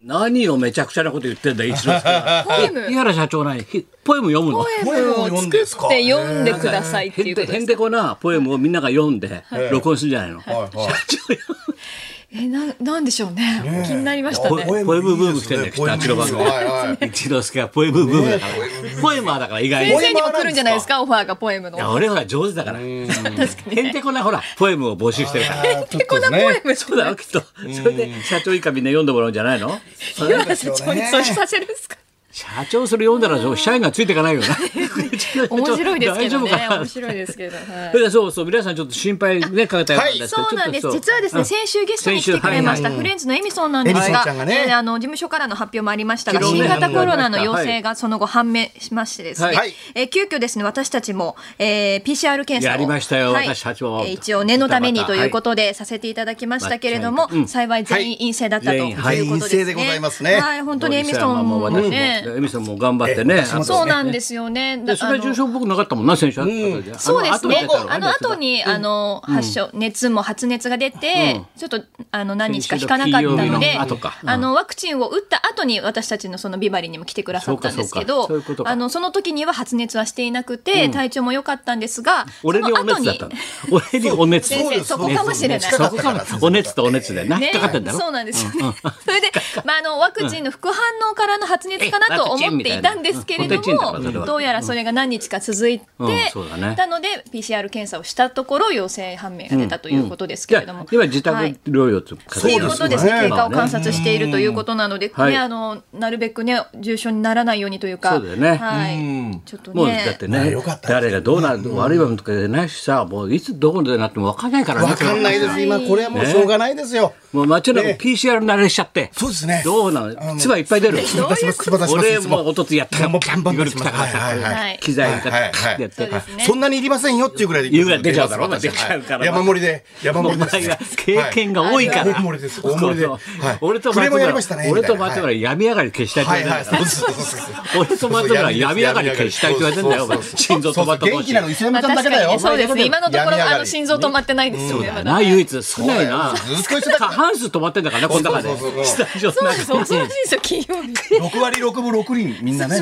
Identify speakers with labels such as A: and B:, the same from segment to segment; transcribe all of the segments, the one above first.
A: 何をめちゃくちゃなこと言ってんだ、一之輔が。
B: ポエム
A: え井原社長何ひポエム読むの
B: ポエムを作って読んでくださいってい
A: へん
B: うこ
A: て
B: と
A: へ
B: で
A: ん
B: す
A: て
B: か。
A: こなポエムをみんなが読んで、録音するんじゃないの、
C: はいはい
B: え、な、なんでしょうね。気になりました
A: ポ
B: ね。
A: ポエムブーム来てんだよ、きっとあっちの番組。
C: はいはい
A: 一之輔はポエムブームだから。ポエムはだから意外に。
B: 先生にも来るんじゃないですか、オファーがポエム
A: いや
B: の。
A: 俺ほら上手だから。へんてこなほら、ポエムを募集してるから。
C: あーちょっと
B: こんなポエ
C: ね
B: ム
A: そうだろ、きっと。それで社長以下みんな読んでもらうんじゃないの
B: 井原社長にそうさせ るんですか。
A: 社長それ読んだら社員がついていかないよな。
B: 面白いですけど
A: 大丈夫
B: ね。
A: かな
B: 面白いですけど。はい
A: それでそうそう皆さんちょっと心配ねかけたようなんですけど
B: そうなんで
A: ちょ
B: す
A: っと
B: 実はですね、先週ゲストに来てくれました、フレンズのエミソンなんです
C: エミソ
B: が
C: ンちゃんがね
B: えーあの事務所からの発表もありましたが
A: 昨日
B: 新
A: ね
B: 型コロナの陽性がその後判明しましてですね、
A: はい
B: えー急遽ですね私たちも、えー PCR 検査を
A: やりましたよ
B: はい
A: 私たちも
B: えー一応念のためにということでさせていただきましたけれども、
A: うん
B: 幸い全員陰性だったと
A: はい
B: いうことですね、
C: 全員陰性でございますね
B: はい本当にエミソンも
A: も
B: ね、
A: エミソンも頑張ってね。
C: 私も
A: あと
B: そうなんですよね
A: でそれは重症っぽくなかったもんな先週。
B: そうですね
A: あ。の
B: あの後にあの発症、熱も発熱が出て、ちょっとあの何日か引かなかった
A: 先週の
B: の
A: 金曜日
B: で、
A: の後かうん
B: あのワクチンを打った後に私たちのそのビバリーにも来てくださったんです
A: そ
B: け
A: うかそうか
B: ど
A: そういうこと、か
B: あのその時には発熱はしていなくて、体調も良かったんですが、
A: 俺にお熱だったの。俺にお熱。
B: 先生そこかもしれない。
A: そこかもお熱とお熱でな引っかかってんだろ
B: そうなんですよね。 それで、まあ、あのワクチンの副反応からの発熱かなと思っていたんですけれ
A: えワクチンみたいな
B: ど
A: うんポテチンだからそれは
B: も、どうやらそれが何日か続いて、
A: うんうんそうだね
B: なので PCR 検査をしたところ陽性判明が出たということですけれども、
A: 今自宅
B: はい
A: 療養という
B: ということですね、
C: そうですね
B: 経過を観察しているということなので、
A: はい
B: ね、あのなるべくね重症にならないようにというか、
A: そうだよね
B: はい、ちょっと
A: もうだっ
B: ね
A: て、
C: まあ
A: ね
C: よかったですね
A: 誰がどうなる悪いものとかじゃないしさもういつどこでなっても分かんないからね
C: わかんないです今これはもうしょうがないですよ
A: もう街中
C: ね
A: PCR 慣れしちゃって
C: そうですね
A: どうな
C: あ
A: の
C: の
A: 唾いっぱい出る
C: 出します唾出します
A: 俺
C: いつ
A: もうおとつやった
C: もうバンバン
A: 夜
C: 出し
A: 来
C: ま
A: た
C: す
A: から
C: はいはい
A: さ
C: はい
A: 機材に
C: はいはい
A: やって
B: そうですね
C: そんなにいりませんよっていうぐらいで
A: 湯が出ちゃうだろ
C: 出ます
A: 出ちゃうから
C: はい山盛りで山
A: お
C: 盛り
A: 前
C: で
A: が
C: す
A: 経験が多いから
C: 大盛りです大盛りではい
A: 俺と
C: これ
A: 松
C: もやり
A: 村
C: ましたね
A: 俺と
C: みたいな
A: 松村病み上がり消したいって
C: は
A: 言
C: い
A: わ
C: は
A: れ
C: い
A: てんだ
C: そう
A: よ
C: そうそうそう
A: 俺と松村は病み上がり消したいって言われてんだよお前心臓止まった
C: そうそう元気なの磯山ちゃんだけだ
B: まあ
C: よ
B: そうですね、今のとこ
C: 病
B: ろ
C: み上がり
B: あの心臓止まってないですよ
A: そう
B: ね、
A: だよ
B: ま
A: な
B: だ。
A: 唯一少ないな
C: そうだよずっと一緒だ
A: 過半数止まってんだからなこの中で
C: そうそうそう
A: スタジオの
B: そう
A: 中
B: で、
A: です
B: 恐ろしいですよ、金曜日。
C: 六割六分六厘みんなね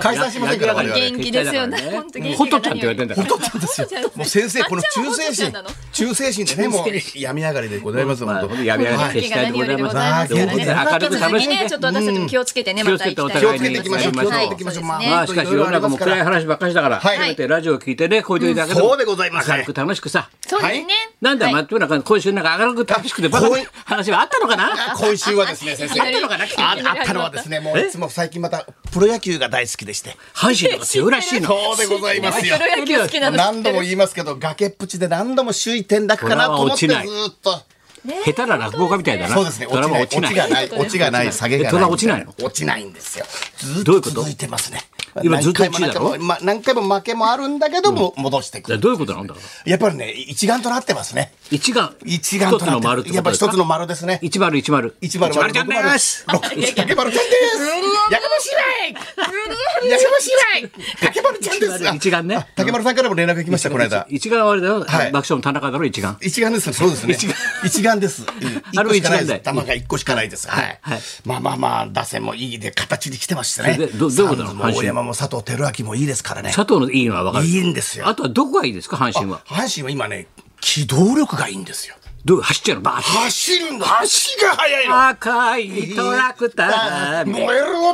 C: 解散しませんから我々
B: 元気ですよね本当元気
A: ホトちゃんって言われてんだから
C: 本当なんです
B: そう
C: よ
B: じゃない。
C: もう先生、この忠誠
B: あっちゃんは本当ちゃ
C: 心
B: んなの、
C: 忠誠心でね、もう病み上がりでございます。
A: まあ、
C: 本
A: ほん
C: 当
A: とやめやめ
C: はい
A: 消したいでございます。
C: 何よりでございます
A: 明る
B: 明る
A: く楽
B: く楽
A: し
B: し
A: ん
B: ん
A: で
B: ね、ちょっと私たちも気をつけてね、
A: 気を
B: ま
A: つ
B: た行
A: け
B: き
A: てお
B: たい
A: 互いに
C: 気をつけていきましょう
A: はい
C: 気をつけていきましょうまあ
A: まあ、しかし世の中も暗い話ばっかりだから、
C: はい
A: せめてラジオ聞いてね、こういう時だけで
C: そ
A: も
C: うでございます
A: 明るく楽しくさ。
B: そうですね。
A: なんだ、
B: はい
A: まっとな今週なんか明るく楽しくて、バカな
C: こうい
A: 話はあったのかな
C: 今週はですね、先生。
A: あったのかな
C: ああったのはですね、もういつも最近またプロ野球が大好きでして。
A: 阪神とか強いらしいの。
C: そうでございますよ。
B: プロ野球好きなの知
C: 何
B: って
C: 度
B: る
C: も言いますけど、崖っぷちで何度も首位転落かなと思ってずーっと。
A: 下手な落語家みたいだな。
C: そうですね、
A: ドラマ落ち
C: 落ちが
A: な。
C: ないい、落ちがない、下げがない。
A: えドラ落ちないの
C: 落ちないんですよ。ずっ
A: どういう
C: と
A: こと
C: 続いてますね。
A: 今ずっと1位だろ
C: 何回もま何回も負けもあるんだけども、戻してく
A: じゃあ
C: る。
A: どういうことなんだろう
C: やっぱりね、一丸となってますね。
A: 一眼。
C: 一丸と
A: つ
C: なって
A: の丸って
C: や
A: こと
C: っぱ
A: で
C: り
A: す
C: 一
A: か
C: つの丸ですね。
A: 一丸一丸。
C: 一丸丸
A: ちゃんです。
C: 六丸ちゃんです。丸ちゃんです。やかましいわい。やかましいわい。竹丸ちゃんですよ。
A: 一丸ね
C: あ竹丸さんからも連絡来ましたこの間。
A: 一眼はあれだよ。
C: はい
A: 爆笑の田中だろ、一眼。
C: 一眼です。そうですね。一 眼です。
A: あの
C: 一個しか
A: 一
C: ない
A: 眼で
C: で。
A: す
C: 球が一個しかないです。はい
A: はい。
C: まあまあまあ、打線もいいで、形に来てました
A: それで。
C: ね
A: どどういうことなの
C: サン
A: 阪神
C: ズも大山も佐藤輝明もいいですからね。
A: 佐藤のいいのはわかる。
C: いいんですよ
A: あとはどこがいいですか、阪神は。
C: 阪神は今ね、機動力がいいんですよ。
A: どう走っちゃうのバーッ
C: 走るの足が速いの
A: 赤いトラクター。
C: 燃える男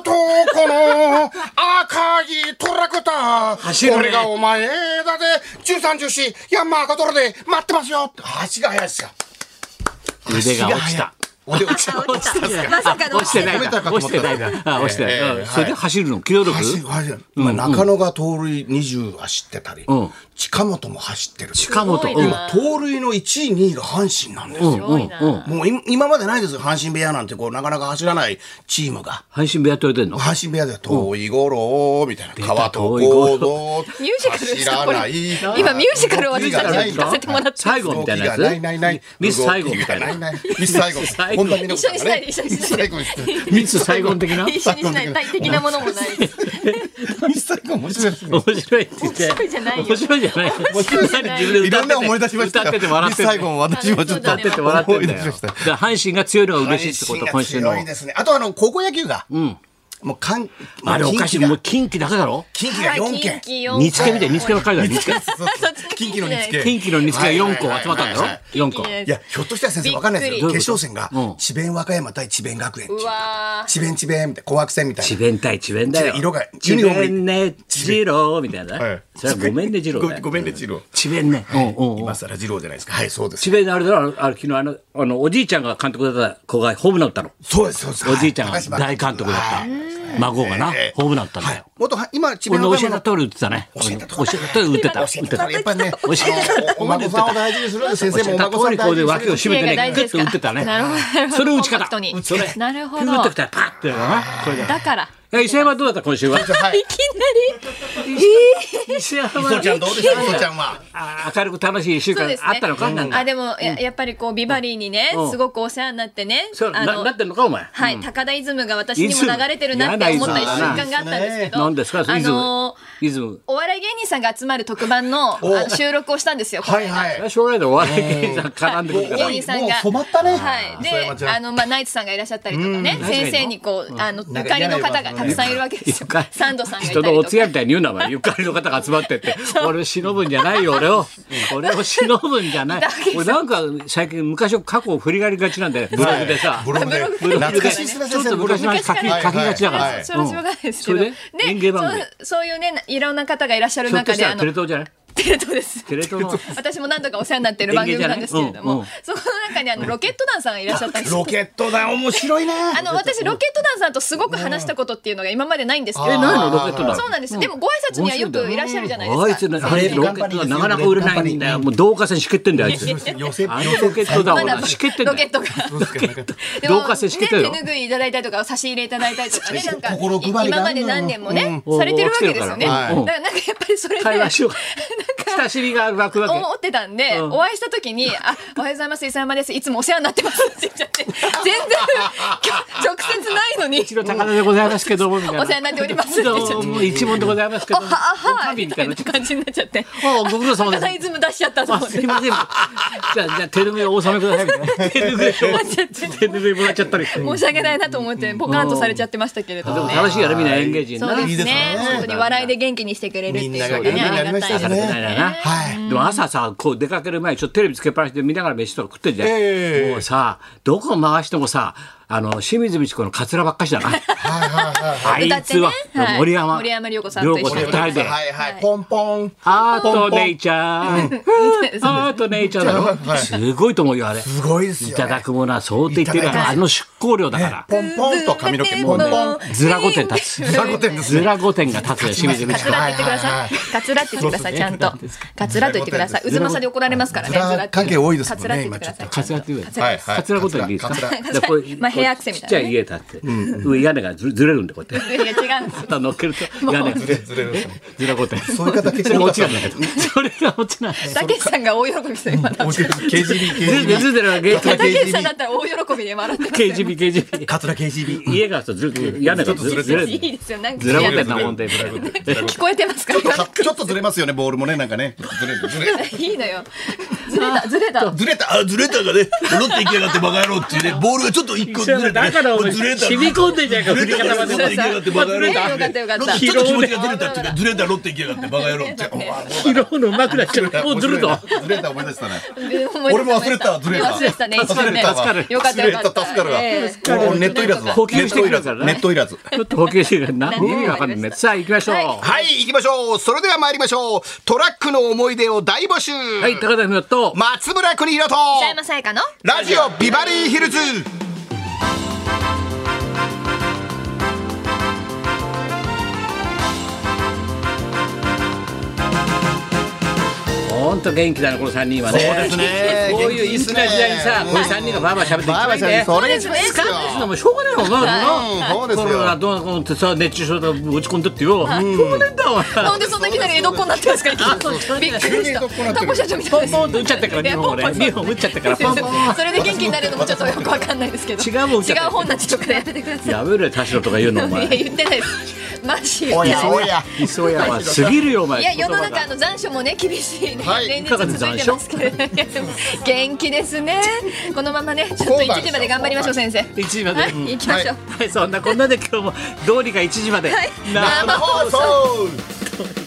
C: の赤いトラクター
A: 走るね
C: 俺がお前だで13、14ヤンマーがドルで待ってますよ足が速いっすよ
A: 腕が落ちた。
C: 足が速い腕落ちた
B: 落ちたんですかまさかの
A: 落ちてない
C: 落ちた
A: な。落ちてないな。あ、落ちてな
C: ええ
A: い。
C: え
A: う
C: え
A: んそれで走るの、機動力
C: 走る走る今中野が盗塁20走ってたり、
A: うん
C: 近本も走ってる
A: 近本。
B: すごい
A: うん
B: な
C: 今盗塁の1位2位が阪神なんですよ、
B: ごいな
A: うんうん
C: もうい今までないですよ阪神部屋なんてこうなかなか走らないチームが
A: 阪神部屋取れてんの
C: 阪神部屋では遠い頃みたいな川と
A: 遠い頃
C: 行動
B: ミュージカルですかこれ
C: 走らない
B: 今ミュージカルを私たちに聞かせてもらってます
A: 最後みたいなやつ
C: 動機がないないない
A: ミス最後
C: 動機
A: みたい
C: が
A: な
C: ないないミス最後
A: ミス最
B: ない
C: 本田美
B: 一緒
C: 奈
B: に
C: 子
B: し
C: さん
B: ない
C: がね
B: で一緒にしないで
C: 一緒にしないで
A: 密最後的な
B: 一緒にしない対的なものもないです
C: ミスタイコン面白いですね
A: 面白いって言って
B: 面白いじゃないよ
A: 面白いじゃない面
B: 白いじゃない
A: 自分
D: い
A: で歌っ
D: ろ
A: て
D: ん
A: て
D: な思い出しました
A: 歌ってて笑ってんだ
D: 最
A: よ
D: 後も私もちょっと
A: 歌ってて笑ってんだ
D: 思
A: よ
D: い出しました
A: だから阪神が強いのが嬉しいってこと今週の
C: 阪神が強いですね。あとあの高校野球が、もう関
A: あれおかしい
C: 近
A: も
C: 畿が
A: う近畿だけだろ
C: 近畿が
B: はい
C: 四件。
B: 近畿四
A: 煮つけみたい煮つけばっかりだよ煮つけ
D: 近畿の日付
A: 近畿の煮つけが4個集まったんだ
C: はいはいはいは
A: ろ4個
B: い
C: いやひょっとしたら先生わかんないです
B: びっ
C: け
B: く
C: ど
A: り
C: 決勝戦が
A: うん
C: 智弁和歌山対智弁学園っていう
B: うわー
C: 智弁智弁みたいな紅白戦みたい
A: 智
C: な
A: 弁対智弁だよ
C: 色が
A: 智
C: ユニフォームに
A: 弁ねジローみたいな
D: はい
A: それはごめんねジローだよ
D: ごごめんねジロー
A: 智弁ねうんうんうん
D: 今更二郎じゃないですか
C: はいそうです
A: 智弁のあれだろあのあの昨日あのあのおじいちゃんが監督だった子がホームラン打ったの
C: そうですそうです
A: おじいちゃんが
C: はい高橋
A: 大監督だった孫がな
C: ええ
A: ホームラン打ったんだ
C: はい
A: よ
C: 元は今智
A: 俺
C: 弁
A: の
C: 和
A: 教え
C: 歌山
A: た
C: の
A: 通り打ってたね
C: 教えた通
A: 教
C: り
A: えた通り打ってた打
C: 教
A: っ
C: え
A: て
C: た
A: た
C: 通りやっぱりね
A: 教えた通り
C: おお孫さんを大事にするんで先生もお
A: た
C: 孫
A: と
C: さん
A: に
C: を
A: こ
C: 大
A: う
C: 事
A: で
C: にす
A: 脇
C: る
A: を締めて
B: 知
A: ね
B: 恵が大
A: グ
B: 事
A: ッ
B: です
A: と
B: か
A: 打ってたね
B: なるほどなるほど
A: それ打ち
B: コンパク
A: 方
B: トに
A: それ
B: なるほ
A: ピューッと
B: ど
A: きたらパッてこれだ
B: だから
A: え伊勢山どうだった今週は
C: はい
A: 伊勢山
C: 磯ちゃんどうでした磯ちゃんは
A: あ明るく楽しい一週
B: そ
A: 間
B: うですね
A: あったのかなんか
B: あでもややっぱりこうビバリーにね
A: うん
B: すごくお世話になってね
A: そう
B: あ
A: ななってんのかお前
B: はい、高田イズムが私にも流れてるなって思った一瞬間があったんですけど、
A: 何ですか
B: あ
A: イズム
B: の
A: イズム
B: お笑い芸人さんが集まる特 番のあの収録をしたんですよ。
C: はいはい
A: 将来のお笑い芸人さん絡んでくるか
B: 芸
A: ら
B: 人さんが
C: もう染まったね
B: はい、
D: 磯山ち
B: で、
D: ゃん
B: あのまあナイツさんがいらっしゃったりとかね、
A: ナイツがいるの
B: 先生にこう、あの
C: な
B: ゆ
C: んか
B: かり
C: 嫌な
B: の
C: 予感
B: 方がたくさんいるわけですよ。サンドさんがいた
A: 人
B: り
A: のお
B: と
A: 通夜
B: か。
A: みたいに言うなお前ゆかりの方が集まってって 俺忍ぶんじゃないよ俺を俺を忍ぶんじゃ ない俺なんか最近昔を過去を振り返りがちなんだよブログでさ
D: ブログで
B: ブ
D: 懐
A: ブログで
D: か
C: しいっすね
A: ちょっと昔の話書き書き
B: 昔
D: から
A: がちだか
D: はい
A: ら
D: はい
B: それはしょうがないですけど、
A: うんそれで演芸番組
B: そうそういうねいろんな方がいらっしゃる
A: ひょっと
B: 中
A: し
B: で
A: た
B: あ
A: らテレ
B: の
A: 東じゃない
B: テレ東です
A: テレ東の
B: 私も何度かお世話になっている番組なんですけれども、
A: 演芸
B: そこの中にあのロケット団さんいらっしゃったんですよ
C: ロケット団面白いね
B: あの私ロケット団さんとすごく話したことっていうのが今までないんですけ
A: え
B: れど
A: ない
B: も
A: のロケットだ
B: そうなんです、でもご挨拶にはよくいらっしゃるじゃない
A: あ
B: で
A: いつ
B: すか
A: ね、あれロケットはなかなか売れないんだよ。もう導火線しけってんだよ、あいつ。
D: 寄せ
A: あのロケットだ
B: まだ
A: わ、しけってんだ
B: ロケ
A: よ。
B: ットが で
A: 導火線しけてるよ
B: ね手拭いいただいたりとか差し入れいただいたりとかねなんか
C: 心配りがあるの
B: 今まで何年もね、
A: うん
B: されてるわけですよね、
A: うん
B: だからなんかやっぱりそれで
A: 会話しようか
B: なんか
A: 親しみが湧くわけ。
B: 思ってたんで、
A: うん
B: お会いした時 に「あおはようございます磯山ですいつもお世話になってます」って言っちゃって全然 直接ないのに
A: 一の高田でございますけども、みたいな。
B: お世話になっております
A: どうも一問でございますけ
B: あ
A: ども。
B: はあ
A: お
B: は
A: 上
B: み
A: みた
B: た
A: い
B: い
A: な
B: な。感じになっちゃって「
A: あご苦労様
B: 高
A: で
B: 田イ
A: す。
B: ズム出しちゃった」と
A: あ
B: 思っ
A: す
B: て
A: い。ません。じゃあ、じゃあ、手ぬぐいをお納めください、みたいな。手ぬぐいを、手ぬぐいもらっちゃったり。でも
B: 申し訳ないなと思ってポカンとされちゃってましたけれどもね。
A: 楽しいよね、みんな演芸人
B: そ
A: な。
B: うです
D: いいです
B: ね
D: ね。
B: 本当に笑いで元気にしてくれるっていうのが
D: みん
B: ね、
D: な
B: あ
D: が
B: りがたいです
A: な
D: みん
A: か
D: な
A: な
D: が
A: い
B: ね。
A: だな。でも朝さこう出かける前にちょっとテレビつけっぱなしで見ながら飯とか食ってるじゃん、
D: ええ
A: もうさどこ回してもさあの清水美智子のカツラばっかしだなあいつ は、
B: 歌ってねはい
A: 森山
B: 森山良子さんと一緒に
A: 良子二人で
C: はいはいポンポン
A: アートネイチャー アートネイチャーだ ろすごいと思うよあれ
C: すごいですよ
A: い
C: ね
A: ただくものは想定っていう
C: いた
A: か
C: だきます
A: あの出向量だから、
C: ポンポンと髪の毛 ポンポン
A: ずら御殿立つ
B: ずら御殿
A: ずら御殿が立つよ清水美
B: カ
A: 智
B: ツ
A: 子
B: ラって言ってください。カツラって言ってください。ちゃんと。カツラと言ってください。うずまさで怒られますからね。
C: ずら
B: ずらって
C: 関係多いですもんね
B: カツラって言ってください。
A: カツラって言うよね
B: カツラです
C: はい
A: カツラ御殿でいいですか
C: カツラカ
A: で
C: ツ
A: こう
B: まあ部屋アクセみ
A: ち
B: たいなね
A: っちゃい家建って、上屋根がずずれるんでこうやって。
B: いや違うんですよ。
A: 肩乗っけると屋根がずれ
D: ずれる
A: ずらごてん。
C: そういう方結
A: それ
C: 構
A: 落
C: 落
A: ち
C: ち
A: る
C: る
A: ん
C: ん
A: だ
C: だ
A: け
C: け
A: ど。それが落ちない。
B: たけしさんが大喜びする。今多分
D: KGB
A: ずれ
D: KGB
A: ずれのゲージ
B: たけしさんだったら大喜びで笑ってますよ。
A: KGB KGB。
C: カツラ KGB
A: 家がそうずれ屋根がずれずれる
B: い。いですよ。なんか
A: ずらごてんな
D: ずれ
A: もんで。ず
B: 聞こえてますか。
C: ちょっとずれますよねボールもねなんかねずれずれ
B: いいのよ。ずれたずれた。
C: ずれたあずれたがね戻っていきやがってバカ野郎っていうねボールがちょっと一個ずれ
A: れ
C: た
A: だからお前
C: ずれた
A: 染み込んでんじゃんか振り方ま
C: ずれ
A: で。
C: たずれたバカ野
B: ねよ
C: 郎
B: かったよかった。
C: ちょっと気持ちがずれたっていうかずれたロッテ行きやがってバカ野郎って
A: 拾うのうまくなっちゃう。もうずると。
D: ずれた思い出したね
B: 俺
C: も忘れたずれた
B: 忘れてたね。一瞬ね。
A: 助かる
B: よかったよかった。
D: 助かるわ
B: ええ
C: もうネットいらずだ
A: 呼吸してくる
C: ネットいら
A: か
C: ず
A: らね
C: ネットいらず
A: ちょっと補給してくれな。意味がわかんないね。さあ行きましょう。は
C: はい行きましょうそれでは参りましょうトラックの思い出を大募集
A: い高田文夫と。
C: 松村邦弘と
B: 北山さやかの
C: ラジオビバリーヒルズ
A: 本当と元気だなこの三人はね。
D: そうですね
A: こういう好きな時代にさ、こういう三人がバーバー喋って一
D: まあまあ
A: 番いいね。
D: それが一番いいですよ
A: 疲れてるのもしょうがないもんな。
D: うんそうですよ
A: コロナどうなこのってさ熱中症とか落ち込んでってよ。しょうがないんだよお前。
B: なんでそんないきなり江戸っ子になってますかびっくりしたタコ社長みたい
A: ポ
B: で
A: ン
B: す
A: ポン と打っちゃったから
B: いや
A: 2本俺
B: ポンポン
A: 2本打っちゃったからポンポン。
B: それで元気になれるのもちょっとよくわかんないですけど
A: 違うもん
B: 違う本になっちゃうからやめてください
A: やめろよ田代とか言うのお
B: いや
A: 前。
B: 言ってないですマジ
C: お
B: い
C: やおや
A: 磯山は過ぎるよお前。
B: や世の
A: 言葉
B: 中
A: が
B: の残暑もね厳しいね、
C: はい
B: 連日続いてますけれどいやでも元気ですねこのままねちょっと1時まで頑張りましょう先生は
A: 一時まで。うん
B: い行きましょう、
A: はい、そんなこんなで今日もどうにか1時まで
B: はい
A: 生
B: 生
A: 放送
B: 放送
C: そう